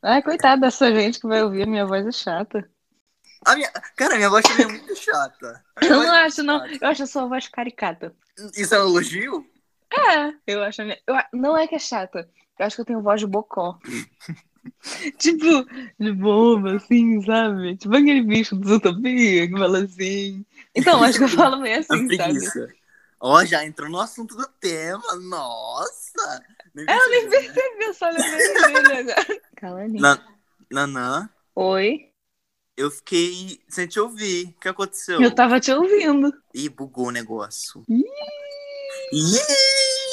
Ai, coitada dessa gente que vai ouvir, minha voz é chata. A minha... Cara, minha voz também é muito chata. A minha Eu voz não é acho, não. muito Eu acho a sua voz caricata. chata. Isso é um elogio? É, eu acho a minha. eu a- Não é que é chata. Eu acho que eu tenho voz de bocó. tipo, de bomba, assim, sabe? Tipo aquele bicho do Zootopia que fala assim. Então, acho que eu falo meio É assim, sabe? preguiça. Ó, já entrou no assunto do tema. Nossa! Nem É, eu nem percebi, né? percebi, eu só lembrei dele é agora. Cala a Na- Nanã, Oi, eu fiquei sem te ouvir. O que aconteceu? eu tava te ouvindo. Ih, bugou o negócio. Ih!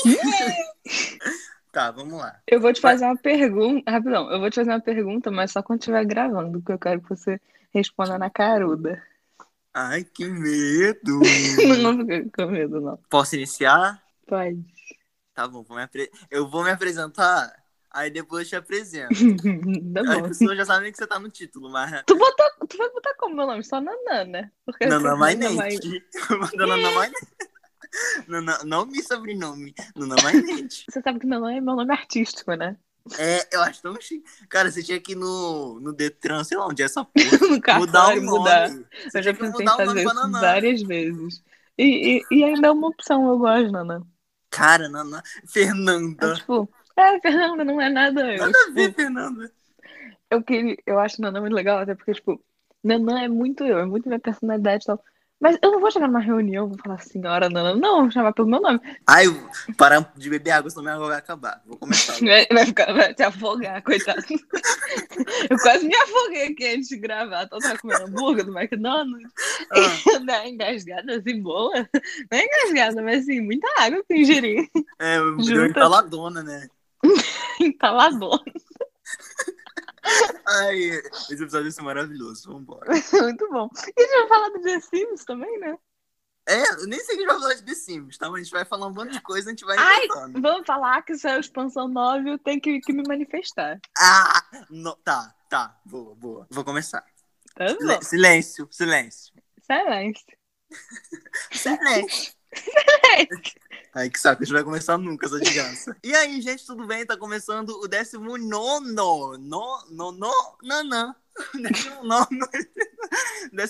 Ih! tá, vamos lá. Eu vou te fazer uma pergunta, rapidão, eu vou te fazer uma pergunta, mas só quando estiver gravando, porque eu quero que você responda na caruda. Ai, que medo! Não fica com medo, não. Posso iniciar? Pode. Tá bom, vou me apre- eu vou me apresentar, aí depois eu te apresento. Tá As bom. pessoas já sabem que você tá no título, mas. Tu, botou, tu vai botar como meu nome? Só Nanã, né? Porque Nanã assim, Mainete. Nanã Mainete. Nanã- Não me sobrenome. Nanã Mainete. Você sabe que Nanã é meu nome artístico, né? É, eu acho tão chique. Cara, você tinha que ir no, no Detran, sei lá onde é essa porra. No Mudar o cartório, nome. mudar. Você Eu já tinha que pensei em mudar o nome fazer pra isso Nanã. várias vezes. E, e, e ainda é uma opção, eu gosto, de Nanã. Cara, Nanã. É, Fernanda. tipo, é, Fernanda, não é nada. Eu, Nada a ver, tipo, Fernanda. eu, queria, eu acho Nanã muito legal, até porque, tipo, Nanã é muito eu, é muito minha personalidade e tal. Mas eu não vou chegar numa reunião e vou falar senhora Nanã, não, eu vou chamar pelo meu nome. Ai, eu- parar de beber água, senão minha água vai acabar. Vou começar. Vai, vai ficar, vai te afogar, coitado. Eu quase me afoguei aqui antes de gravar. Tô tava comendo hambúrguer do McDonald's. Ah, Eu dei uma engasgada assim, boa. Não é engasgada, mas assim, muita água pra eu ingerir. é, eu me deu Juro. uma empaladona, né? Tá Entalador. Ai, esse episódio vai ser maravilhoso. Vambora. Muito bom. E a gente vai falar do The Sims também, né? É, eu nem sei que a gente vai falar de The Sims, tá? Mas a gente vai falar um monte de coisa e a gente vai Ai! inventando. Vamos falar que saiu a expansão 9 eu tenho que, que me manifestar. Ah! no- tá, tá. Boa, boa. Vou começar. Tá Silen- bom. é Silêncio, silêncio. Silêncio. Silêncio. Ai, que saco, a gente não vai começar nunca essa desgraça. e aí, gente, tudo bem? Tá começando o 19 nono, no, no, no, nanã. 19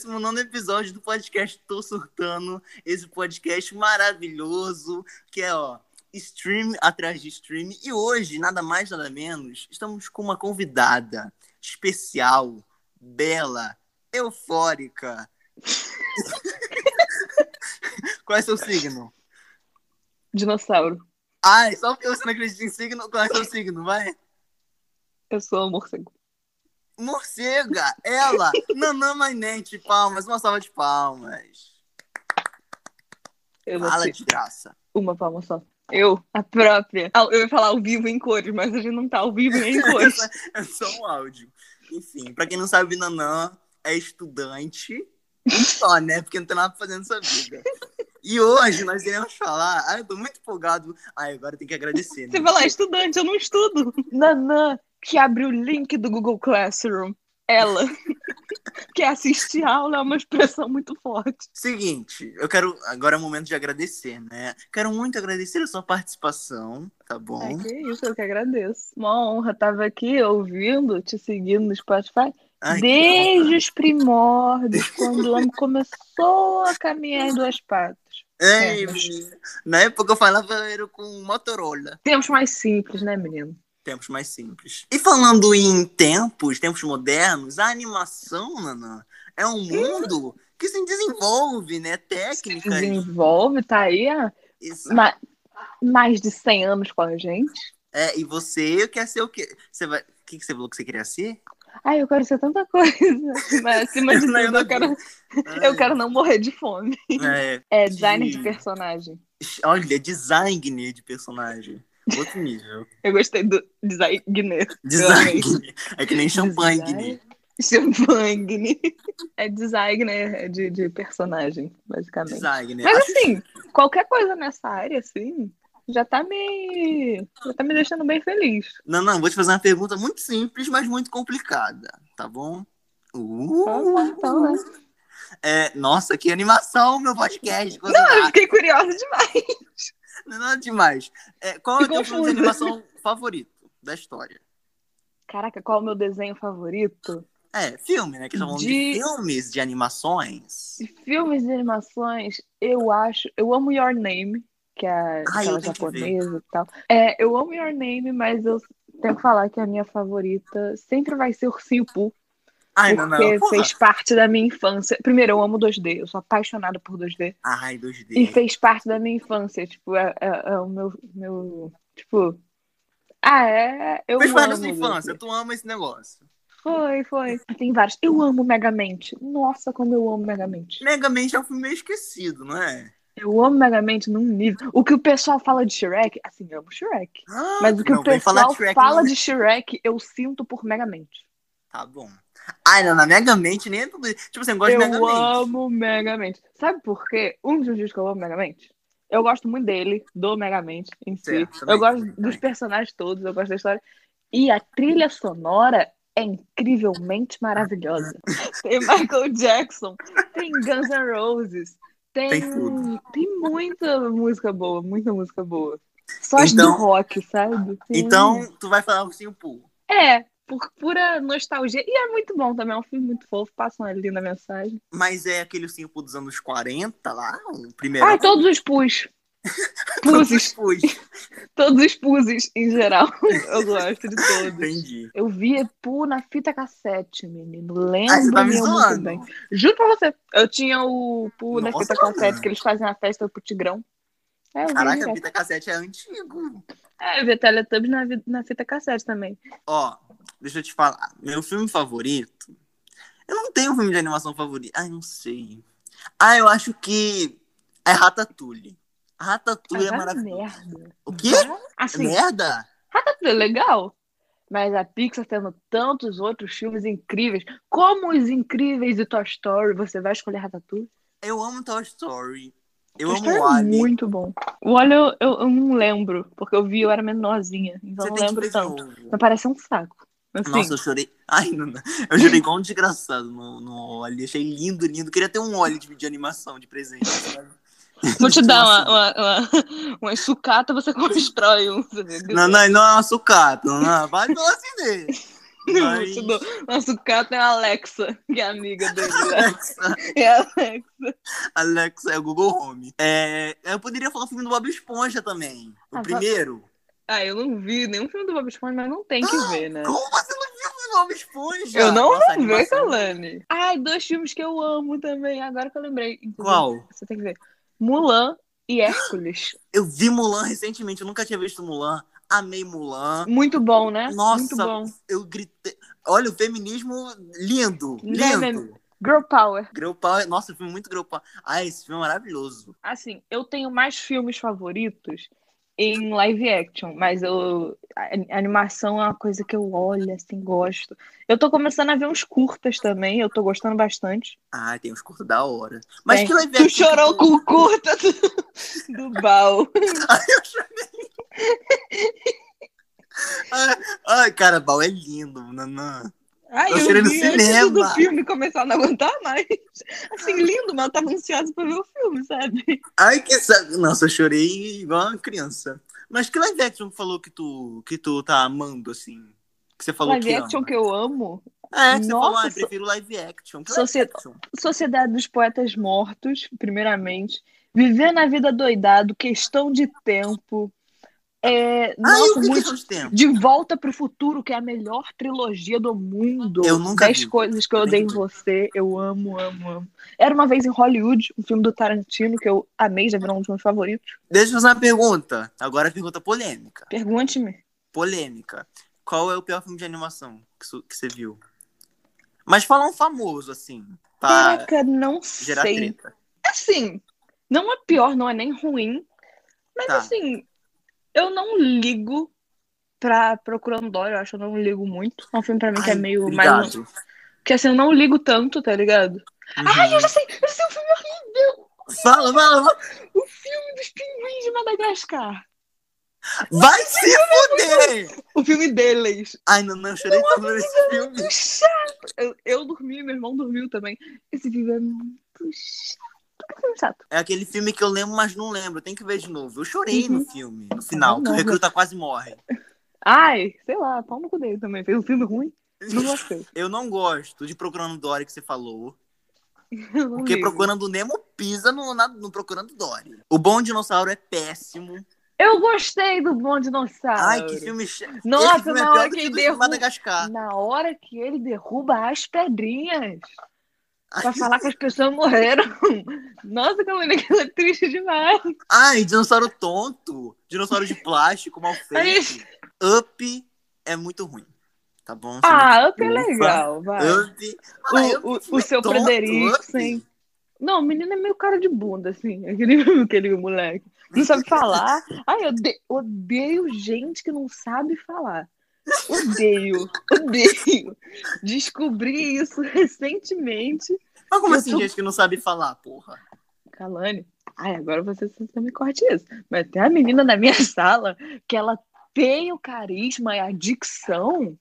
19 episódio do podcast Tô Surtando. Esse podcast maravilhoso, que é, ó, stream atrás de stream. E hoje, nada mais, nada menos, estamos com uma convidada especial, bela, eufórica. Qual é seu signo? Dinossauro. Ai, só porque você não acredita em signo, qual é o seu signo, vai? Eu sou um morcego. Morcega, ela, Nanã Mainete, palmas, uma salva de palmas. Eu vou Fala ser de graça. uma palma só. Eu, a própria. Ah, Eu ia falar ao vivo em cores, mas a gente não tá ao vivo nem em cores. É só um áudio. Enfim, pra quem não sabe, Nanã é estudante. E Só, né? Porque não tem nada pra fazer nessa vida. E hoje nós iremos falar. Ai, eu tô muito empolgado. Ai, agora tem que agradecer. Você Né? fala, estudante, eu não estudo. Nanã, que abre o link do Google Classroom. Ela, que assistir aula é uma expressão muito forte. Seguinte, eu quero. Agora é o momento de agradecer, né? Quero muito agradecer a sua participação, tá bom? Ai, É que isso, eu que agradeço. Uma honra, tava aqui ouvindo, te seguindo no Spotify, Ai, que desde os primórdios, quando o homem começou a caminhar em duas patas. Ei, Temos. menino. Na época eu falava era com Motorola. Tempos mais simples, né, menino? Tempos mais simples. E falando em tempos, tempos modernos, a animação, Nanã, é um mundo que se desenvolve, né? Técnicas. Desenvolve, tá aí há Isso. ma- mais de 100 anos com a gente. É, e você quer ser o quê? Você vai... O que, que você falou que você queria ser? Ai, eu quero ser tanta coisa. Mas acima de Eu tudo, não eu quero, eu quero não morrer de fome. Ai, é, É designer de Sim. personagem. olha, design de personagem. Outro nível. Eu gostei do designer. Design. É que nem champanhe. Design. Champagne. É designer de, de personagem, basicamente. Design. né? Mas assim, qualquer coisa nessa área, assim, já tá me. Já tá me deixando bem feliz. Não, não, vou te fazer uma pergunta muito simples, mas muito complicada, tá bom? Uh! Tá bom, então, né? Uhum. É, nossa, que animação, meu podcast. coisa Eu da- fiquei curiosa demais. Não, é nada demais. É, qual é o Fiquei teu filme de confusa. animação favorito da história? Caraca, qual é o meu desenho favorito? É, filme, né? Que chamam de... de filmes, de animações. De filmes de animações, eu acho. Eu amo Your Name, que é Ai, eu aquela tenho que japonesa e tal. É, eu amo Your Name, mas eu tenho que falar que a minha favorita sempre vai ser Ursinho Pooh. Ai, não, não. Porque porra. fez parte da minha infância. Primeiro, eu amo 2D, eu sou apaixonada por 2D. Ai, 2D. E fez parte da minha infância. Tipo, é, é- é o meu, meu. Tipo. Ah, é. Eu Fez parte da amo. sua infância, tu ama esse negócio. Foi, foi. Tem vários. Eu amo Megamente. Nossa, como eu amo Megamente. Megamente é um filme meio esquecido, não é? Eu amo Megamente num nível. O que o pessoal fala de Shrek, assim, eu amo Shrek. Ah, Mas o que não, o vem pessoal falar de Shrek, fala não. de Shrek, eu sinto por Megamente. Tá bom. Ai, não, na Megamente nem é tudo. isso. Tipo assim, eu gosto eu de Megamente. amo Megamente. Sabe por quê? Um dos dias que eu amo Megamente? Eu gosto muito dele, do Megamente em si. Certo, também, eu gosto também, dos também. personagens todos, eu gosto da história. E a trilha sonora é incrivelmente maravilhosa. tem Michael Jackson, tem Guns N' Roses, tem, Tem tudo. tem muita música boa, muita música boa. Só as Então- do rock, sabe? Tem- Então, tu vai falar o Ursinho Poo. É, por pura nostalgia. E é muito bom também, é um filme muito fofo, passa uma linda mensagem. Mas é aquele Ursinho Poo dos anos 40 lá, o primeiro. Ah, então todos os pus. Puses, Pus. todos os puses em geral. Eu gosto de todos. Entendi. Eu via Pu na fita cassete, menino. Lembro Ah, você tá me eu muito zoando. bem. Juro pra você, eu tinha o Pu na Nossa, fita cassete mano. que eles fazem na festa do Tigrão. É, eu via Caraca, direto. a fita cassete é antigo. É, eu via Teletubbies na, vi- na fita cassete também. Ó, deixa eu te falar. Meu filme favorito. Eu não tenho um filme de animação favorito. Ai, não sei. Ah, eu acho que é Ratatouille. Ratatouille é Ah, maravilhoso. merda. O quê? Assim, É Merda? Ratatouille é legal. Mas a Pixar tendo tantos outros filmes incríveis, como os incríveis e Toy Story, você vai escolher Ratatouille? Eu amo Toy Story. Eu Toy amo Story o é Ali. muito bom. O Wally eu, eu, eu não lembro, porque eu vi, eu era menorzinha, então eu Você não tem que lembro ver de tanto. novo. Mas parece um saco. Assim, Nossa, eu chorei. Ai, não, não. Eu chorei igual um desgraçado no, no Oli. Achei lindo, lindo. Queria ter um Oli de, de animação, de presente. sabe? vou te Tipo dar uma, assim. uma, uma, uma sucata, você constrói um. você vê? Não, não, não é uma sucata. Não, não. Vai assim pela CD. Não, mas- te dou. Uma sucata é a Alexa, que é amiga dele. né? É a Alexa. Alexa é o Google Home. É, eu poderia falar o filme do Bob Esponja também. O Ah, primeiro. Ah, eu não vi nenhum filme do Bob Esponja, mas não tem que ver, né? Como você não viu o filme do Bob Esponja? Eu não Nossa, a vou ver, animação- é Kalane. Ai, dois filmes que eu amo também, agora que eu lembrei. inclusive, Qual? Você tem que ver. Mulan e Hércules. Eu vi Mulan recentemente. Eu nunca tinha visto Mulan. Amei Mulan. Muito bom, né? Nossa, Muito bom. eu gritei. Olha, o feminismo lindo. Né, Lindo. Girl Power. Girl Power. Nossa, o filme é muito Girl Power. Ai, esse filme é maravilhoso. Assim, eu tenho mais filmes favoritos em live action, mas eu a- a animação é uma coisa que eu olho, assim, gosto. Eu tô começando a ver uns curtas também, eu tô gostando bastante. Ai, tem uns curtos da hora. Mas Bem, que live Tu action. chorou com o curta do, do Bal. Ai, eu chorei. Ai, Ai, cara, Bal é lindo, Nanã. Ai, Eu eu, chorei no vi antes cinema. do filme começar a não aguentar mais. Assim, lindo, mas eu tava ansiosa pra ver o filme, sabe? Ai, que sabe. Nossa, eu chorei igual uma criança. Mas que live action falou que tu, que tu tá amando, assim? Que você falou live que action ama. que eu amo. É, que você falou, Nossa, ah, eu prefiro live action. Que live Sociedade- action? Sociedade dos Poetas Mortos, primeiramente. Viver na vida doidado, questão de tempo. É, Ai, nossa, eu vi muito... questão de tempo. De Volta pro Futuro, que é a melhor trilogia do mundo. Eu nunca Dez vi. coisas que eu odeio em você, eu amo, amo, amo. Era uma vez em Hollywood, um filme do Tarantino que eu amei, já virou um dos meus favoritos. Deixa eu fazer uma pergunta. Agora é pergunta polêmica. Pergunte-me. Polêmica. Qual é o pior filme de animação que su- que você viu? Mas fala um famoso, assim, pra Caraca, não gerar sei. treta. Assim, não é pior, não é nem ruim. Mas Tá. assim, eu não ligo pra Procurando Dory, eu acho que eu não ligo muito. É um filme pra mim que é Ai, meio mais. Obrigado. Que assim, eu não ligo tanto, tá ligado? Ai, eu Uhum. já sei, eu já sei o filme horrível! Fala, fala, fala. O filme dos pinguins de Madagascar. Vai se fuder! O filme deles. Ai, não, não, eu chorei tanto nesse filme. Muito chato. Eu, eu dormi, meu irmão dormiu também. Esse filme é muito chato. Que filme chato. É aquele filme que eu lembro, mas não lembro. Tem que ver de novo. Eu chorei no filme, Uhum. no Não, final, que o não, recruta quase morre. Ai, sei lá, pau no cu dele também. Fez um filme ruim, não gostei. Eu não gosto de Procurando Dory que você falou. Eu não Porque ligo. Procurando Nemo pisa no, na- no Procurando Dory. O Bom Dinossauro é péssimo. Eu gostei do Bom Dinossauro. Ai, que filme chato. Nossa, Esse filme na é pior hora que do que ele do filme derruba- Madagascar. Na hora que ele derruba as pedrinhas pra Ai, falar que as pessoas morreram. Nossa, como ele é triste demais. Ai, dinossauro tonto. Dinossauro de plástico, mal feito. Up é muito ruim. Tá bom? Ah, Up é Ufa. legal, vai. Up. Ai, Up O, o, o seu tonto, Frederico, Up. sim. Não, o menino é meio cara de bunda, assim, aquele, aquele moleque. Não sabe falar. Ai, eu ode- odeio gente que não sabe falar. Odeio, odeio. Descobri isso recentemente. Mas como Eu assim, tô- gente que não sabe falar, porra? Calane, ai, agora você, você me corte isso. Mas tem a menina da minha sala que ela tem o carisma e a dicção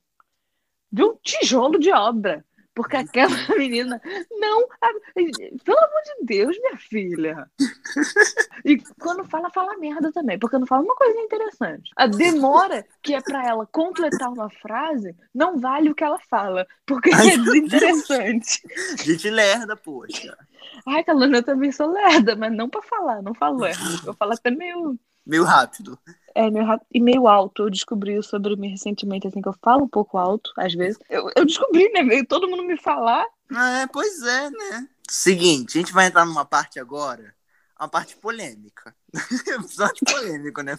de um tijolo de obra. Porque aquela menina não. a- Pelo amor de Deus, minha filha. E quando fala, fala merda também. Porque não fala uma coisa interessante. A demora que é pra ela completar uma frase não vale o que ela fala. Porque Ai, é meu Deus. desinteressante. Gente lerda, poxa. Ai, Calana, eu também sou lerda, mas não pra falar, não falo lerda. Eu falo até meio, Meio rápido. é, meio rápido e meio alto. Eu descobri sobre mim recentemente, assim, que eu falo um pouco alto, às vezes. Eu, eu descobri, né? Veio todo mundo me falar. É, pois é, né? Seguinte, a gente vai entrar numa parte agora, uma parte polêmica. Episódio polêmico, né,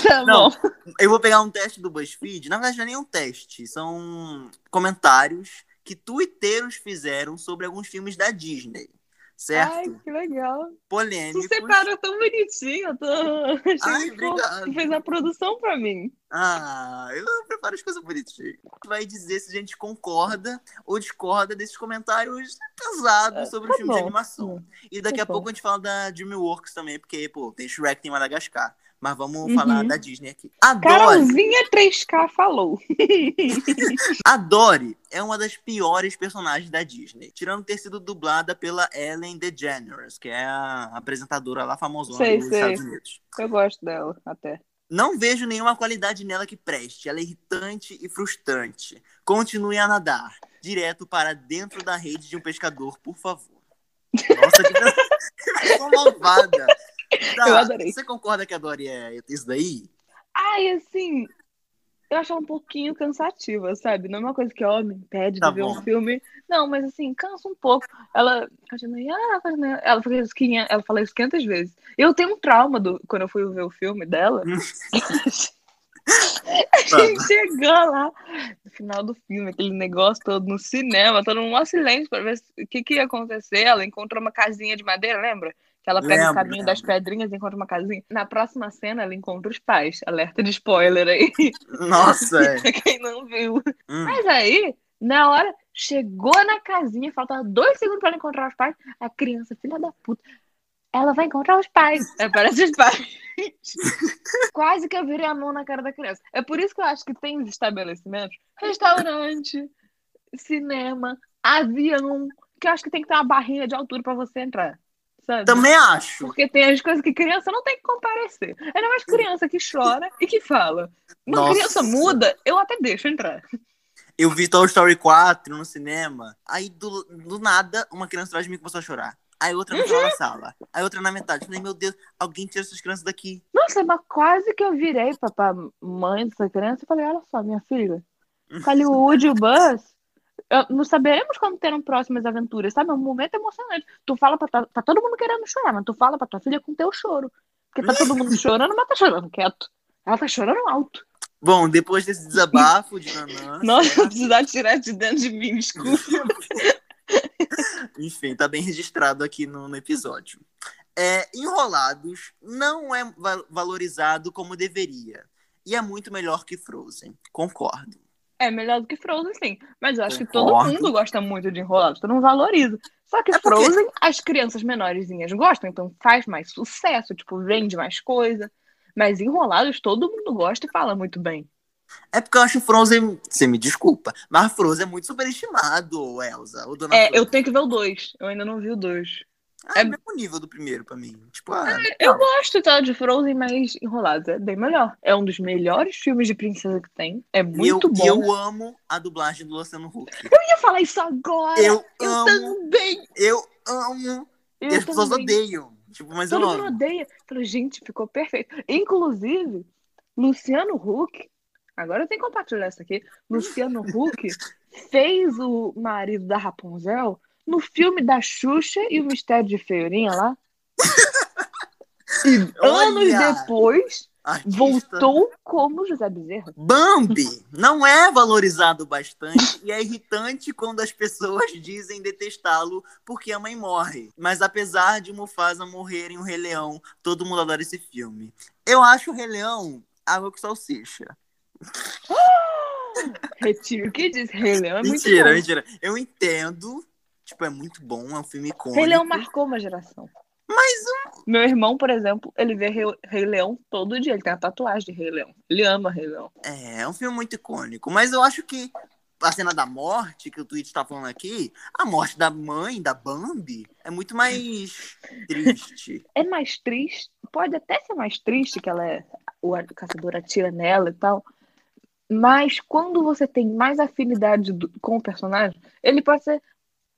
Tá Não. bom. Eu vou pegar um teste do BuzzFeed. Na verdade, não é nem um teste. São comentários que tuiteiros fizeram sobre alguns filmes da Disney. Certo? Ai, que legal. Tu Polêmicos. separou tão bonitinho. Eu tô... achei Ai, que tu- obrigado. Tu fez a produção pra mim. Ah, eu preparo as coisas bonitinhas. Tu Vai dizer se a gente concorda ou discorda desses comentários pesados sobre tá os filmes de bom. animação. E daqui Tá a pouco a gente fala da Dreamworks também, porque, pô, tem Shrek, tem Madagascar. Mas vamos Uhum. falar da Disney aqui. A Dory, Carolzinha 3K falou. a Dory é uma das piores personagens da Disney. Tirando ter sido dublada pela Ellen DeGeneres, que é a apresentadora lá famosona Sei, dos sei. Estados Unidos. Eu gosto dela, até. Não vejo nenhuma qualidade nela que preste. Ela é irritante e frustrante. Continue a nadar. Direto para dentro da rede de um pescador, por favor. Nossa, que pessoa- que pessoa malvada. Tá, Eu adorei. Você concorda que a Dory é isso daí? Ai, assim, eu acho ela um pouquinho cansativa, sabe? Não é uma coisa que, ó, me impede Tá de ver bom. um filme. Não, mas assim, cansa um pouco. Ela continua, ah, continua. ela fala isso 500, ela fala isso 500 vezes. Eu tenho um trauma do quando eu fui ver o filme dela. Hum. Tá. A gente chegou lá no final do filme, aquele negócio todo no cinema, todo mundo um silêncio pra ver se- o que, que ia acontecer. Ela encontrou uma casinha de madeira, lembra? Que ela pega Lembro, o caminho das pedrinhas e encontra uma casinha. Na próxima cena, ela encontra os pais. Alerta de spoiler aí, Nossa, é. pra quem não viu. Hum. Mas aí, na hora, chegou na casinha, faltava dois segundos pra ela encontrar os pais. A criança, filha da puta, ela vai encontrar os pais. Aí Aparece os pais. Quase que eu virei a mão na cara da criança. É por isso que eu acho que tem os estabelecimentos, restaurante, cinema, avião, que eu acho que tem que ter uma barrinha de altura pra você entrar. Sabe? Também acho. Porque tem as coisas que criança não tem que comparecer. Ainda mais criança que chora e que fala. Uma Nossa. criança muda, eu até deixo entrar. Eu vi Toy Story 4 no cinema. Aí, do, do nada, uma criança atrás de mim começou a chorar. Aí outra entrou na sala. Aí outra na metade. Falei, meu Deus, alguém tira essas crianças daqui. Nossa, mas quase que eu virei pra, pra mãe dessa criança e falei: olha só, minha filha, Hollywood e o Buzz. eu- Não saberemos quando terão próximas aventuras, sabe? É um momento emocionante. Tu fala pra tua, tá todo mundo querendo chorar, mas tu fala pra tua filha com teu choro. Porque tá todo mundo chorando, mas tá chorando quieto. Ela tá chorando alto. Bom, depois desse desabafo de Nanã, Nossa, eu precisava tirar de dentro de mim, desculpa. enfim, tá bem registrado aqui no, no episódio. É, Enrolados não é va- valorizado como deveria. E é muito melhor que Frozen. Concordo. É melhor do que Frozen, sim. Mas eu acho que todo Concordo. mundo gosta muito de enrolados, todo mundo valoriza. Só que É porque- Frozen, as crianças menorzinhas gostam, então faz mais sucesso, tipo, vende mais coisa. Mas enrolados, todo mundo gosta e fala muito bem. É porque eu acho Frozen. Você me desculpa, mas Frozen é muito superestimado, Elsa. Ou Dona É, Flor. eu tenho que ver o dois. Eu ainda não vi o dois. Ah, É- é o mesmo nível do primeiro pra mim. Tipo, ah, Eu legal. gosto tá, de Frozen, mas enrolada é bem melhor. É um dos melhores filmes de princesa que tem. É E eu, muito bom. e Eu... eu amo a dublagem do Luciano Huck. ia falar isso agora! Eu Eu amo, também! eu amo. Eu e as pessoas também. odeiam. Tipo, mas Todo eu mundo amo. odeia. Fala, gente, ficou perfeito. Inclusive, Luciano Huck. Agora eu tenho que compartilhar isso aqui. Luciano Huck fez o marido da Rapunzel no filme da Xuxa e o Mistério de Feirinha lá. Anos Olha, depois, artista. voltou como José Bezerra. Bambi não é valorizado bastante e é irritante quando as pessoas dizem detestá-lo porque a mãe morre. Mas apesar de Mufasa morrer em O Rei Leão, todo mundo adora esse filme. Eu acho O Rei Leão água com salsicha. Retiro o que diz Rei Leão. É muito mentira, bom. mentira. Eu entendo. Tipo, é muito bom, é um filme icônico. Rei Leão marcou uma geração. Mas um Meu irmão, por exemplo, ele vê Rei, Rei Leão todo dia. Ele tem a tatuagem de Rei Leão. Ele ama Rei Leão. É, é um filme muito icônico, mas eu acho que a cena da morte, que o Twitch tá falando aqui, a morte da mãe, da Bambi, é muito mais triste. é mais triste, pode até ser mais triste que ela é, o a- caçador atira nela e tal, mas quando você tem mais afinidade do- com o personagem, ele pode ser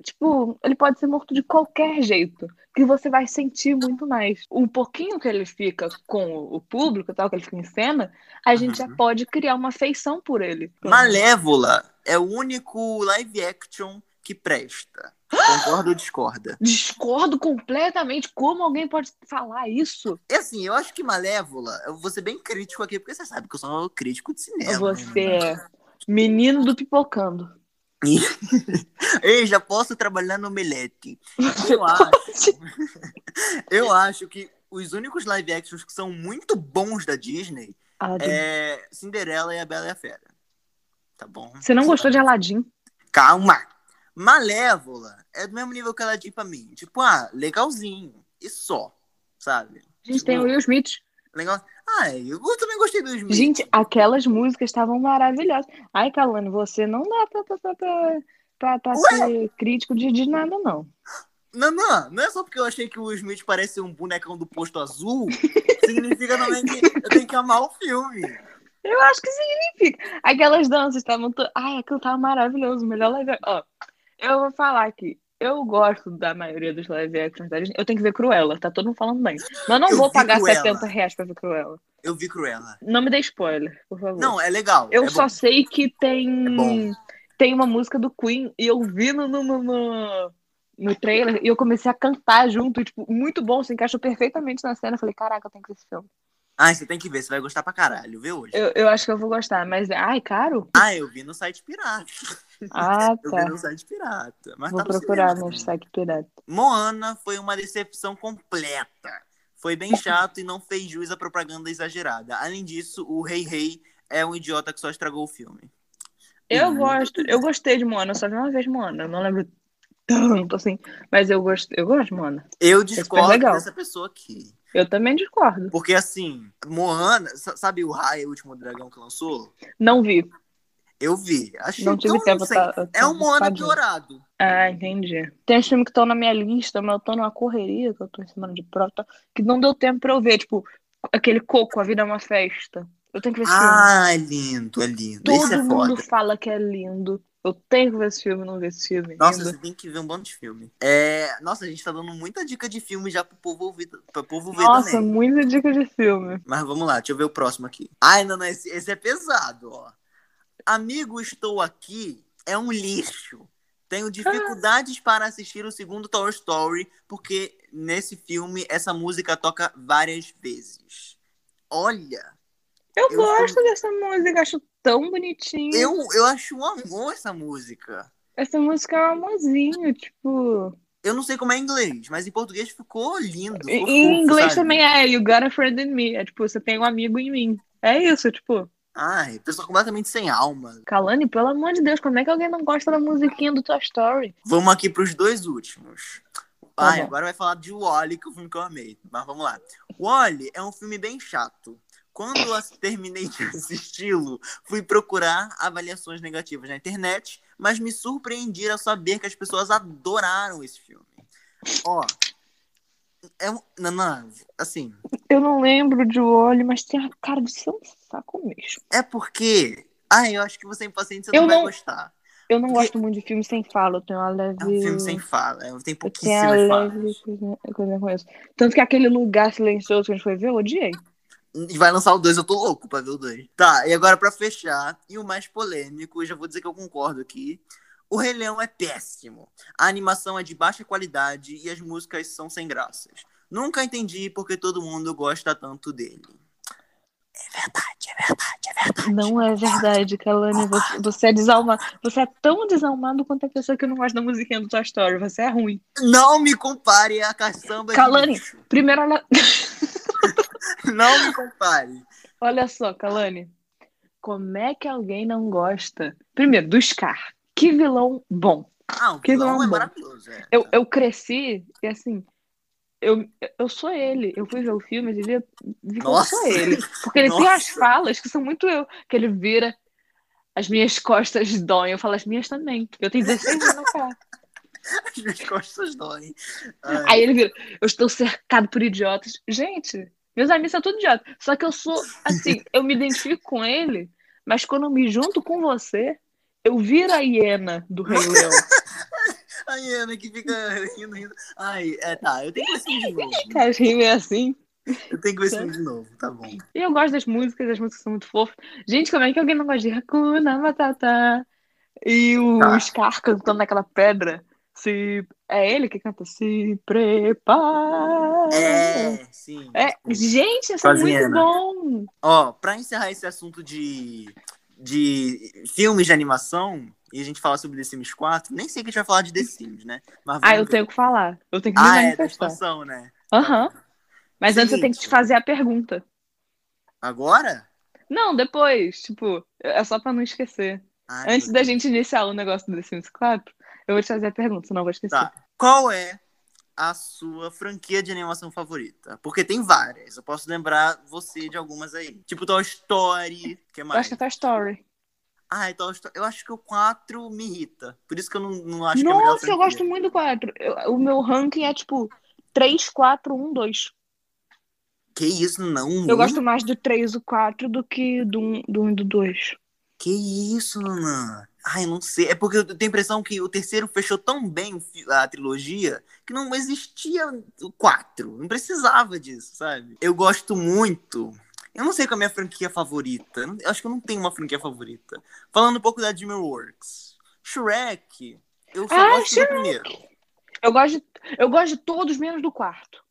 tipo, ele pode ser morto de qualquer jeito, que você vai sentir muito mais. O pouquinho que ele fica com o o público, e tal, que ele fica em cena, a gente Uhum. já pode criar uma afeição por ele. Malévola é o único live action que presta. Concorda ou discorda? Discordo completamente como alguém pode falar isso. E assim, eu acho que Malévola, eu vou ser bem crítico aqui, porque você sabe que eu sou crítico de cinema. né? você é menino do pipocando. Ei, já posso trabalhar no Omelete. Eu acho. Eu acho que os únicos live actions que são muito bons da Disney Aladdin. é Cinderela e a Bela e a Fera. Tá bom? Você não gostou de Aladdin? Calma! Malévola é do mesmo nível que ela diz pra mim. Tipo, ah, legalzinho. E só, sabe? A gente tem o Will Smith. Legal. Ah, eu também gostei dos Smith. Gente, aquelas músicas estavam maravilhosas. Ai, Calane, você não dá pra, pra, pra, pra, pra, pra ser crítico de, de nada, não. Não, não, não é só porque eu achei que o Will Smith parece um bonecão do posto azul, significa também que eu tenho que amar o filme. Eu acho que significa. Aquelas danças estavam. To... Ai, aquilo tava maravilhoso. Melhor live action. Ó, eu vou falar aqui. Eu gosto da maioria dos live actions da Disney. Eu tenho que ver Cruella, tá todo mundo falando bem. Mas eu não Eu vou vi pagar Cruella. 70 reais pra ver Cruella. Eu vi Cruella. Não me dê spoiler, por favor. Não, é legal. Eu é só bom. sei que É tem bom. tem uma música do Queen e eu vi no, no, no, no, no trailer e eu comecei a cantar junto, e, tipo, muito bom, se encaixou perfeitamente na cena. Eu falei, caraca, eu tenho que ver esse filme. Ai, você tem que ver, você vai gostar pra caralho, vê hoje. Eu, eu acho que eu vou gostar, mas ai, caro? Ah, eu vi no site pirata. Ah, Eu tá. vi no site pirata. Mas Vou tá no procurar cinema Ah, no também. site pirata. Moana foi uma decepção completa. Foi bem chato e não fez jus à propaganda exagerada. Além disso, o Rei Rei é um idiota que só estragou o filme. Eu Uhum. gosto, eu gostei de Moana, eu só vi uma vez Moana, eu não lembro tanto assim, mas eu gosto, eu gosto de Moana. Eu foi discordo É legal. dessa pessoa aqui. Eu também discordo. Porque assim, Moana, sa- sabe o Raya, o último dragão que lançou? Não vi. Eu vi. Achei Não tive tão tempo, inocente. tá- eu É um tô Moana ocupadinha. piorado. Ah, entendi. Tem uns filmes que estão na minha lista, mas eu tô numa correria, que eu tô em semana de prova, e tal, que não deu tempo pra eu ver. Tipo, aquele Coco, A Vida é uma Festa. Eu tenho que ver esse filme. Ah, é lindo, é lindo. Esse Todo é mundo foda. fala que é lindo. Eu tenho que ver esse filme, não ver esse filme Nossa, ainda. você tem que ver um bando de filme. É, nossa, a gente tá dando muita dica de filme já pro povo ouvir, pro povo ver Nossa, também. muita dica de filme. Mas vamos lá, deixa eu ver o próximo aqui. Ai, não, não, esse, esse é pesado, ó. Amigo, estou aqui é um lixo. Ah. Tenho dificuldades para assistir o segundo Toy Story, porque nesse filme essa música toca várias vezes. Olha, Eu, Eu gosto dessa música, acho tão bonitinho. eu, eu acho um amor essa música. Essa música é um amorzinho, tipo. Eu não sei como é em inglês, mas em português ficou lindo. Em ficou em fofo, inglês sabe? também é You Got a Friend in Me. É tipo, você tem um amigo em mim. É isso, tipo. Ai, pessoa completamente sem alma. Kalani, pelo amor de Deus, como é que alguém não gosta da musiquinha do Toy Story? Vamos aqui pros dois últimos. Ai, Tá bom. agora vai falar de Wally, que é o filme que eu amei. Mas vamos lá. Wally é um filme bem chato. Quando eu ass- terminei de assisti-lo, fui procurar avaliações negativas na internet, mas me surpreendi a saber que as pessoas adoraram esse filme. Ó, É um. Não, não, assim. Eu não lembro de olho, mas tem a cara de ser um saco mesmo. É porque. Ah, eu acho que você é impaciente, você não, Eu vai não- gostar. Eu não Porque- gosto muito de filme sem fala, eu tenho uma leve. É um filme sem fala, é- tem Eu tenho a pouquíssimas falas. leve coisa- coisa com isso. Tanto que aquele lugar silencioso que a gente foi ver, eu odiei. E vai lançar o 2, eu tô louco pra ver o 2. Tá, e agora pra fechar, e o mais polêmico, eu já vou dizer que eu concordo aqui. O Rei Leão é péssimo. A animação é de baixa qualidade e as músicas são sem graças. Nunca entendi porque todo mundo gosta tanto dele. É verdade, é verdade, é verdade. Não é verdade, Kalani. Você, você é desalmado. Você é tão desalmado quanto a pessoa que não gosta da musiquinha do Toy Story. Você é ruim. Não me compare a caçamba de Kalani. lixo. Primeiro, olha, Não me compare. olha só, Kalani. Como é que alguém não gosta? Primeiro, do Scar. Que vilão bom. Ah, o Que vilão é vilão bom. maravilhoso. É. Eu, eu cresci e assim. Eu, eu sou ele. Eu fui ver o filme e vi, vi que eu Nossa. sou ele. Porque ele tem Nossa. as falas que são muito eu. Que ele vira. As minhas costas doem. Eu falo, as minhas também. Eu tenho 16 anos na cara. As minhas costas doem. Ai. Aí ele vira, eu estou cercado por idiotas. Gente, meus amigos são tudo idiota. Só que eu sou, assim, eu me identifico com ele, mas quando eu me junto com você, eu viro a hiena do Rei Leão. A Ana que fica rindo, rindo. Ai, é, tá, eu tenho que ver esse filme de novo. Cara, rima é assim. Eu tenho que ver esse filme de novo, tá bom. E eu gosto das músicas, as músicas são muito fofas. Gente, como é que alguém não gosta de Hakuna Matata? E o Tá. Scar cantando naquela pedra. Se... É ele que canta Se Prepara. É, sim. É, gente, isso é Quase muito hiena. bom. Ó, pra encerrar esse assunto de, de filmes de animação, e a gente falar sobre The Sims 4, nem sei que a gente vai falar de The Sims, né? Mas Ah, vamos eu ver. tenho que falar. Eu tenho que me Ah, é, da manifestar. expansão, né? Aham. Mas antes eu tenho que te Gente. fazer a pergunta. Agora? Não, depois. Tipo, é só pra não esquecer. Ai, Antes meu da Deus. gente iniciar o negócio do The Sims 4, eu vou te fazer a pergunta, senão eu vou esquecer. Tá. Qual é a sua franquia de animação favorita? Porque tem várias. Eu posso lembrar você de algumas aí. Tipo Toy Story, que Eu mais? acho que é Toy Story. Ah, Toy Story. Eu acho que o 4 me irrita. Por isso que eu não, não acho que é a melhor Nossa, eu franquia. gosto muito do 4. Eu- o meu ranking é tipo 3, 4, 1, 2. Que isso, não. Eu gosto mais do 3 e 4 do que do 1 do um e do 2. Que isso, Nanã? Ai, eu não sei. É porque eu tenho a impressão que o terceiro fechou tão bem o fi- a trilogia que não existia o quatro. Não precisava disso, sabe? Eu gosto muito. Eu não sei qual é a minha franquia favorita. Eu não- Eu acho que eu não tenho uma franquia favorita. Falando um pouco da DreamWorks. Shrek. Eu só Ah, gosto Shrek. do primeiro. Eu gosto, de, eu gosto de todos menos do quarto.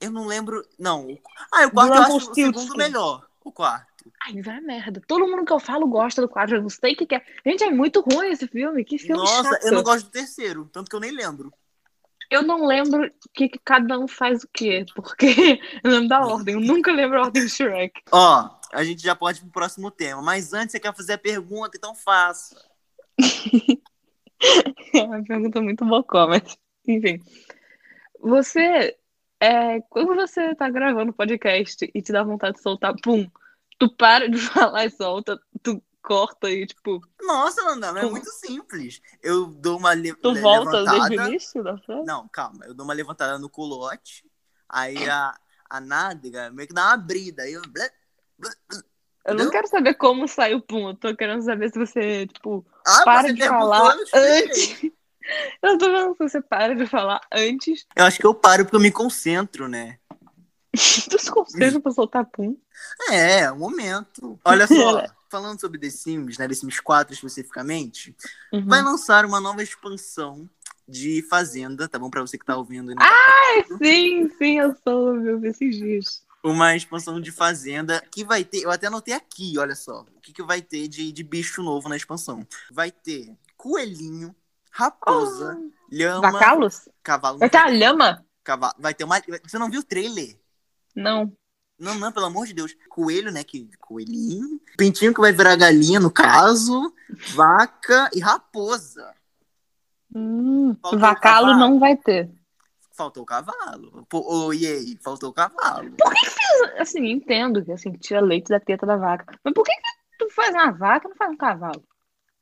Eu não lembro. Não. Ah, o quarto eu acho o segundo Rumpelstiltskin. melhor. O quarto. Ai, vai merda. Todo mundo que eu falo gosta do 4. Eu não sei o que, que é. Gente, é muito ruim esse filme. Que filme Nossa, chato. eu não gosto do terceiro. Tanto que eu nem lembro. Eu não lembro o que, que cada um faz o quê, porque eu lembro da ordem. Eu nunca lembro a ordem do Shrek. Ó, a gente já pode ir pro próximo tema, mas antes você quer fazer a pergunta, então faça. É uma pergunta muito bocó, mas enfim. Você, é, quando você tá gravando podcast e te dá vontade de soltar, pum, tu para de falar e solta, tu corta e tipo, Nossa, Nanda, mas é Como? muito simples. Eu dou uma le tu le- volta desde o levantada. início da frase. Não, calma, eu dou uma levantada no culote, aí a, a nádega meio que dá uma abrida. Aí eu... Eu não Não? quero saber como saiu o pum, eu tô querendo saber se você, tipo, Ah, para você de perguntou, falar eu te expliquei. antes. Eu tô vendo se você para de falar antes. Eu acho que eu paro porque eu me concentro, né? Tu se concentra pra soltar pum. É, é um momento. Olha só, É. falando sobre The Sims, né? The Sims 4 especificamente, Hum. vai lançar uma nova expansão de Fazenda, tá bom? Pra você que tá ouvindo. aí no Sim, sim, eu soube, eu vi esses dias. uma expansão de fazenda que vai ter. Eu até anotei aqui, olha só. O que, que vai ter de, de bicho novo na expansão? Vai ter coelhinho, raposa, lhama, Vacalos? cavalo. Oh, Vai ter a lhama? cavalo. Vai ter uma. Você não viu o trailer? Não. Não, não, pelo amor de Deus. Coelho, né? Que, coelhinho. Pintinho que vai virar galinha, no caso. Vaca e raposa. Hum, Faltou o vacalo cavalo. não vai ter. Faltou o cavalo. Pô, oh, e aí? Faltou o cavalo. Assim, entendo que assim, tira leite da teta da vaca. Mas por que, que tu faz uma vaca e não faz um cavalo?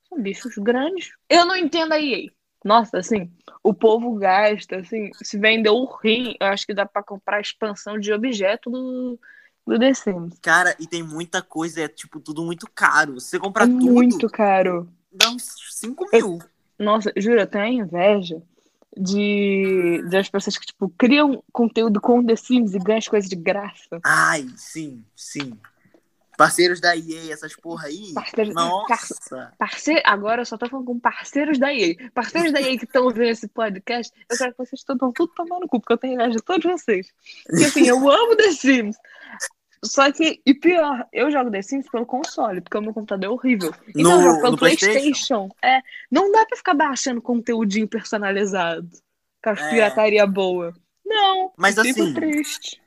São bichos grandes. Eu não entendo a EA. Nossa, assim, o povo gasta, assim, se vender o rim, eu acho que dá pra comprar a expansão de objeto do, do The Sims. Cara, e tem muita coisa, é tipo, tudo muito caro. Se você comprar É tudo, muito caro. dá uns 5 mil. Nossa, juro, eu tenho a inveja de das pessoas que, tipo, criam conteúdo com The Sims e ganham as coisas de graça. Ai, sim, sim. Parceiros da EA, essas porra aí. Parceiros- Nossa. Parce... Agora eu só tô falando com parceiros da EA. Parceiros da EA que estão ouvindo esse podcast, eu quero que vocês estão tudo tomando no cu, porque eu tenho inveja de todos vocês. Porque assim, eu amo The Sims. Só que, e pior, eu jogo The Sims pelo console, porque o meu computador é horrível. Então No- eu jogo pelo no PlayStation? PlayStation. É, não dá pra ficar baixando conteúdinho personalizado. Com as É. pirataria boa. Não, Mas fico assim, triste.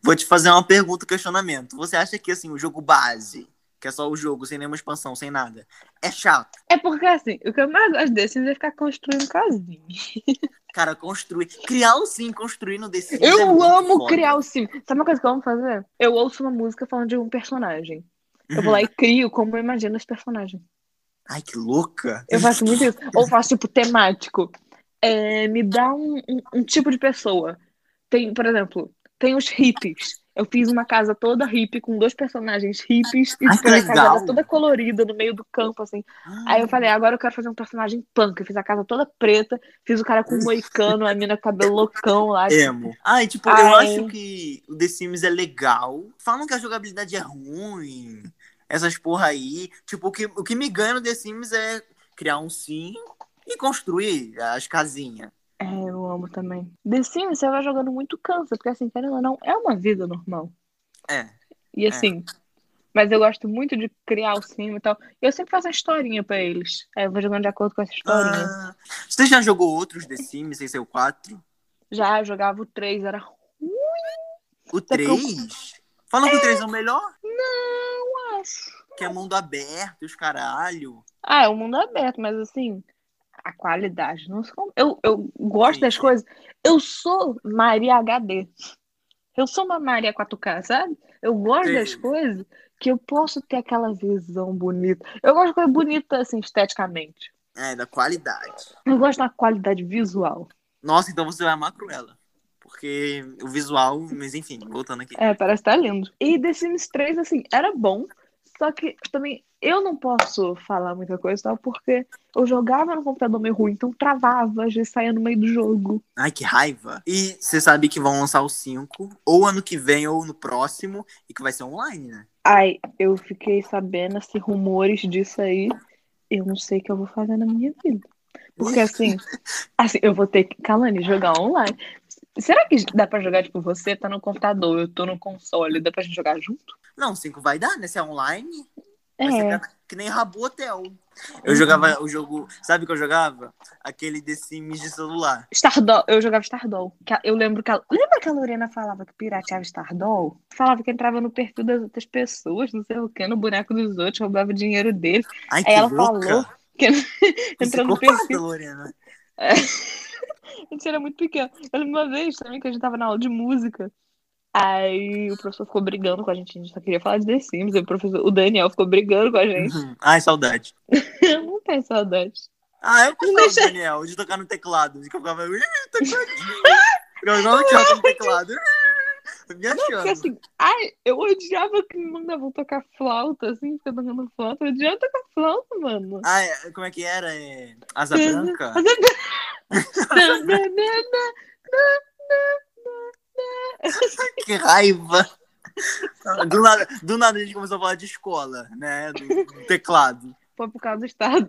vou te fazer uma pergunta, um questionamento. Você acha que assim, o jogo base, que é só o jogo, sem nenhuma expansão, sem nada, é chato? É porque assim, o que eu mais gosto de The Sims é ficar construindo casinha. Cara, construir. Criar o sim, construir no The Sims é Eu muito amo foda. criar o sim. Sabe uma coisa que eu amo fazer? Eu ouço uma música falando de um personagem. Eu vou Uhum. lá e crio como eu imagino esse personagem. Ai, que louca. Eu faço muito isso. Ou faço, tipo, temático. É, me dá um, um- um tipo de pessoa. Tem, por exemplo, tem os hippies. Eu fiz uma casa toda hippie com dois personagens hippies e tipo, Ai, a que casa era legal. toda colorida no meio do campo, assim. Ah, Aí eu falei, agora eu quero fazer um personagem punk. Eu fiz a casa toda preta, fiz o cara com um moicano, a mina com cabelo loucão lá. Emo. Ai, tipo, eu Ai. acho que o The Sims é legal. Falam que a jogabilidade é ruim. Essas porra aí. Tipo, o que, o que me ganha no The Sims é criar um sim e construir as casinhas. É, eu amo também. The Sims, você vai jogando muito cansa, porque assim, querendo ou não, é uma vida normal. É. E assim, mas eu gosto muito de criar o Sim e tal. E eu sempre faço uma historinha pra eles. Aí eu vou jogando de acordo com essa historinha. Ah, você já jogou outros The Sims sem ser o 4? Já eu jogava o 3, era ruim, O que É eu- 3? Falam que o 3 é o melhor? eu acho. Que é mundo aberto, os caralho. Ah, é o mundo aberto, mas assim, a qualidade não se compara. Eu, eu gosto Sim, das sim. coisas. Eu sou Maria HD. Eu sou uma Maria 4K, sabe? Eu gosto das Sim. coisas que eu posso ter aquela visão bonita. Eu gosto de coisa bonita, assim, esteticamente. É, da qualidade. Eu gosto da qualidade visual. Nossa, então você vai amar Cruella. Porque o visual, mas enfim, voltando aqui. É, parece que tá lindo. E The Sims 3, assim, era bom, só que também eu não posso falar muita coisa, e tal, porque eu jogava no computador meio ruim, então travava, às vezes saía no meio do jogo. Ai, que raiva. E você sabe que vão lançar o 5, ou ano que vem, ou no próximo, e que vai ser online, né? Ai, eu fiquei sabendo, assim, rumores disso aí. Eu não sei o que eu vou fazer na minha vida. Porque, assim, assim, eu vou ter que, Kalani, jogar online. Será que dá pra jogar, tipo, você tá no computador, eu tô no console, dá pra gente jogar junto? Não, o 5 vai dar, né? Se é online, vai ser É. pra- que nem Rabo Hotel. Eu jogava o jogo. Sabe o que eu jogava? Aquele The Sims de celular. Stardoll, eu jogava Stardoll. que a- Eu lembro que a, lembra que a Lorena falava que pirateava Stardoll? Falava que entrava no perfil das outras pessoas, não sei o quê, no boneco dos outros, roubava o dinheiro deles. Ai, que Aí ela louca. falou que entrou no Psicopata, perfil. Lorena. A gente era muito pequeno. Eu lembro uma vez também que a gente tava na aula de música. Aí o professor ficou brigando com a gente, a gente só queria falar de The Sims. aí O, professor, o Daniel ficou brigando com a gente. Ai, saudade. não tem saudade. Ah, eu gostava Deixa- do Daniel, de tocar no teclado. De que eu ficava. "Ih, tecladinho." Eu não toco no teclado. Eu Me Porque achando. assim, ai, eu odiava que me mandavam tocar flauta, assim, ficar tocando flauta. Eu odiava tocar flauta, mano. Ah, é, como é que era? É, Asa Branca? Na, na, na. Que raiva! Do nada, do nada a gente começou a falar de escola, né? Do, do teclado. Foi por causa do Estado.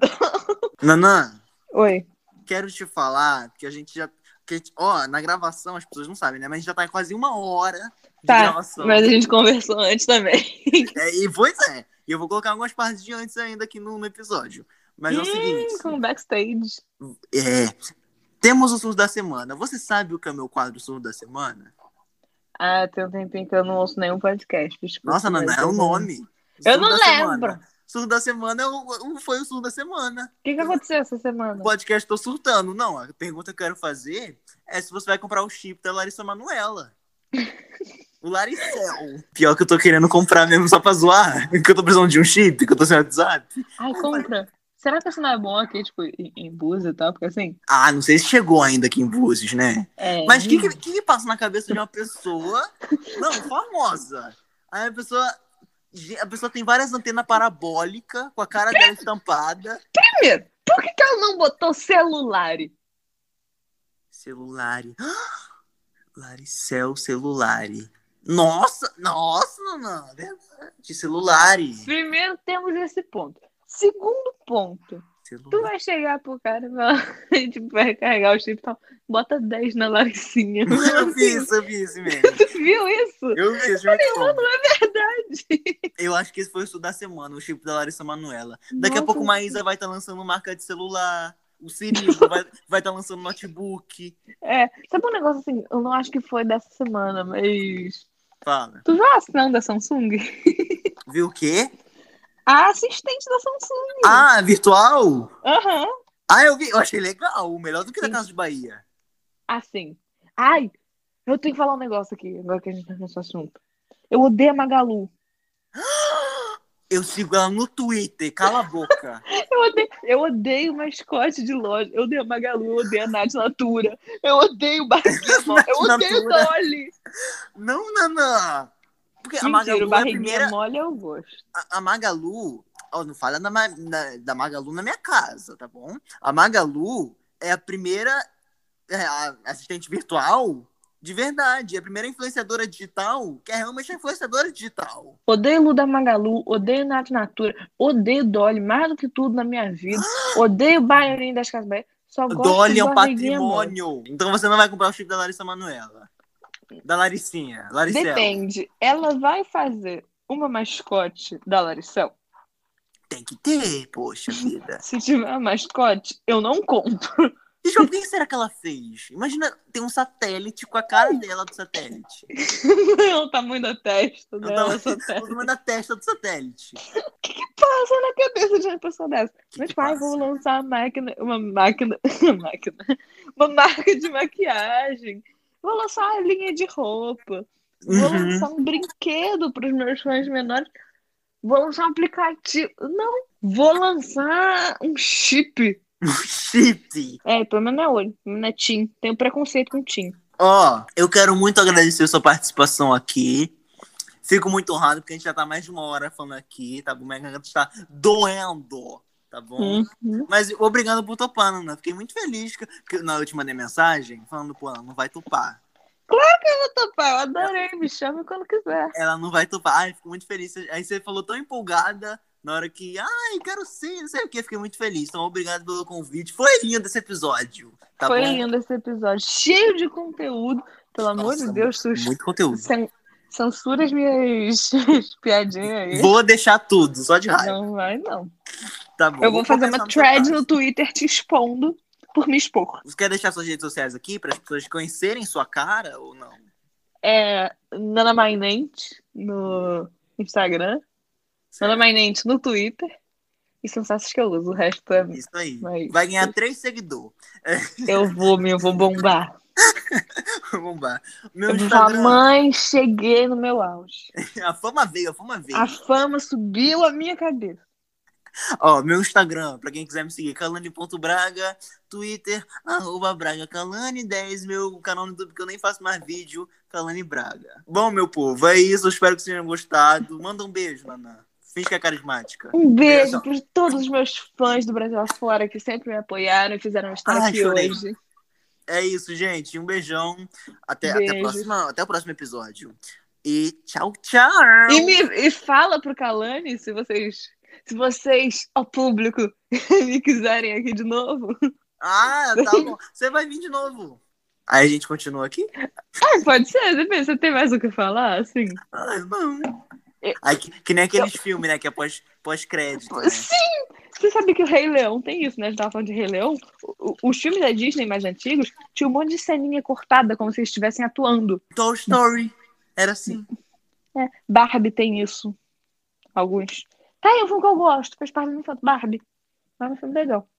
Nanã, Oi. quero te falar que a gente já. que a gente- ó, na gravação as pessoas não sabem, né? Mas a gente já tá em quase uma hora de Tá, gravação. mas a gente conversou antes também. É, e pois é. E eu vou colocar algumas partes de antes ainda aqui no, no episódio. Mas é o Hum, seguinte. Com backstage. É. Temos o surdo da semana. Você sabe o que é o meu quadro surdo da semana? Ah, tem um tempinho que eu não ouço nenhum podcast. desculpa, Nossa, Naná, mas um é o eu não- O nome. Eu Surdo não da semana. lembro. Surdo da semana é o- o- foi o surdo da semana. que, que aconteceu essa semana? O podcast tô surtando. Não, a pergunta que eu quero fazer é se você vai comprar o chip da Larissa Manuela. O Laricel. Pior que eu tô querendo comprar mesmo só pra zoar. Que eu tô precisando de um chip, que eu tô sem WhatsApp. Ai, compra. Será que isso não é bom aqui, tipo, em, em Búzios e tal? Porque assim. Ah, não sei se chegou ainda aqui em Búzios, né? É... Mas o que, que, que passa na cabeça de uma pessoa, não, famosa? Aí a pessoa, a pessoa tem várias antenas parabólicas, com a cara dela estampada. Primeiro, por que, que ela não botou celular? Celular. Laricel celular. Nossa, nossa, é Nanã, de celular. Primeiro temos esse ponto. Segundo ponto, tu vai chegar pro cara e vai- tipo, vai carregar o chip e tal. Bota 10 na Laricinha. Eu vi isso, eu vi isso mesmo. Tu viu isso? Eu vi isso, muito bom. é Verdade. Eu acho que esse foi o estudo da semana, o chip da Larissa Manoela. Daqui a Nossa. pouco Maísa vai estar lançando marca de celular. O Cirilo vai estar vai tá lançando notebook. É, sabe um negócio assim? Eu não acho que foi dessa semana, mas. Fala. Tu viu a assinante da Samsung? Viu o quê? A assistente da Samsung. Ah, virtual? Aham. Ah, eu vi. Eu achei legal. Melhor do que da Sim. Casa de Bahia. Assim. Ai, eu tenho que falar um negócio aqui, agora que a gente tá nesse assunto. Eu odeio a Magalu. Eu sigo ela no Twitter. Cala a boca. Eu odeio, eu odeio mascote de loja. Eu odeio a Magalu, eu odeio a Nath Natura. Eu odeio o Barriguinha Eu odeio o Natura. Dolly. Não, Nanã. Porque Mentira, a Magalu o é a Barriguinha primeira... mole eu gosto. A, a Magalu... ó, não fala da, Ma- na- da Magalu na minha casa, tá bom? A Magalu é a primeira é, a assistente virtual de verdade. É a primeira influenciadora digital que é realmente influenciadora digital. Odeio Lu da Magalu, odeio Nath Natura, odeio Dolly mais do que tudo na minha vida. Odeio o Baianinho das Casas Bahia. Só gosto Dolly do é um Barriguinha Mole. patrimônio. Então você não vai comprar o chip da Larissa Manoela. Da Laricinha. Laricela. Depende. Ela vai fazer uma mascote da Larissão? Tem que ter, poxa vida. Se tiver uma mascote, eu não compro. E João, quem será que ela fez? Imagina, tem um satélite com a cara dela do satélite. É o tamanho da testa dela. Então, essa testa. o nome da testa do satélite. Passa na cabeça de uma pessoa dessa. Que Mas, que pai, passa? vou lançar uma máquina. Uma máquina. Uma máquina. Uma marca de maquiagem. Vou lançar uma linha de roupa. Vou Uhum. lançar um brinquedo para os meus fãs menores. Vou lançar um aplicativo. Não. Vou lançar um chip. Chip. É, pelo menos não é olho. Pelo menos é Tim. Tenho preconceito com Tim. Ó, eu quero muito agradecer sua participação aqui. Fico muito honrado porque a gente já tá mais de uma hora falando aqui, tá bom? Minha garganta está doendo, tá bom? Uhum. Mas obrigado por topar, Ana. Fiquei muito feliz que, que na última mandei mensagem falando, pô, ela não vai topar. Puta, pai, eu adorei. Me chame quando quiser. Ela não vai topar. Ai, fico muito feliz. Aí você falou tão empolgada na hora que, ai, quero sim, não sei o que. Fiquei muito feliz. Então, obrigado pelo convite. Foi lindo esse episódio, tá Foi bom? lindo esse episódio. Cheio de conteúdo. Pelo amor Nossa, de Deus, sus... Muito conteúdo. cen- censura as minhas piadinhas aí. Vou deixar tudo, só de raiva. Não vai, não. Tá bom. Eu vou fazer começar uma no seu thread caso. no Twitter te expondo por me expor. Você quer deixar suas redes sociais aqui para as pessoas conhecerem sua cara ou não? é Nana Mainente no Instagram, Nana Certo. Mainente no Twitter e são essas que eu uso. O resto é. Isso aí. Mas- Vai ganhar três seguidores. Eu vou, meu, eu vou bombar. Vamos lá. Meu Eu vou falar, Instagram. mãe, cheguei no meu auge. A fama veio, a fama veio. A fama subiu a minha cabeça. Ó, meu Instagram, pra quem quiser me seguir, calane.braga, Twitter, arroba braga calane10, meu canal no YouTube que eu nem faço mais vídeo, calane braga. Bom, meu povo, é isso, eu espero que vocês tenham gostado. Manda um beijo, Nanã. Finge que é carismática. Um beijo Beijão. para todos os meus fãs do Brasil afora que sempre me apoiaram e fizeram eu estar Ai, aqui chorei. hoje. É isso, gente, um beijão. Até, até, a Beijo. próxima, até o próximo episódio. E tchau, tchau! E, me, e fala pro Kalani se vocês, se vocês, ao público, me quiserem aqui de novo. Ah, tá bom. Você vai vir de novo. Aí a gente continua aqui? Ah, pode ser, depende. Você tem mais o que falar? Assim. Ah, não. É. Aí, que, que nem aqueles filmes, né? Que é pós- pós-crédito. né? Sim! Você sabe que o Rei Leão tem isso, né? A gente tava falando de Rei Leão. O- o- Os filmes da Disney mais antigos tinham um monte de ceninha cortada, como se eles estivessem atuando. Toy Story. Era assim. Barbie tem isso. Alguns. Tá aí um filme que eu gosto, fez parte do meu filme. Barbie. Mas é um filme legal.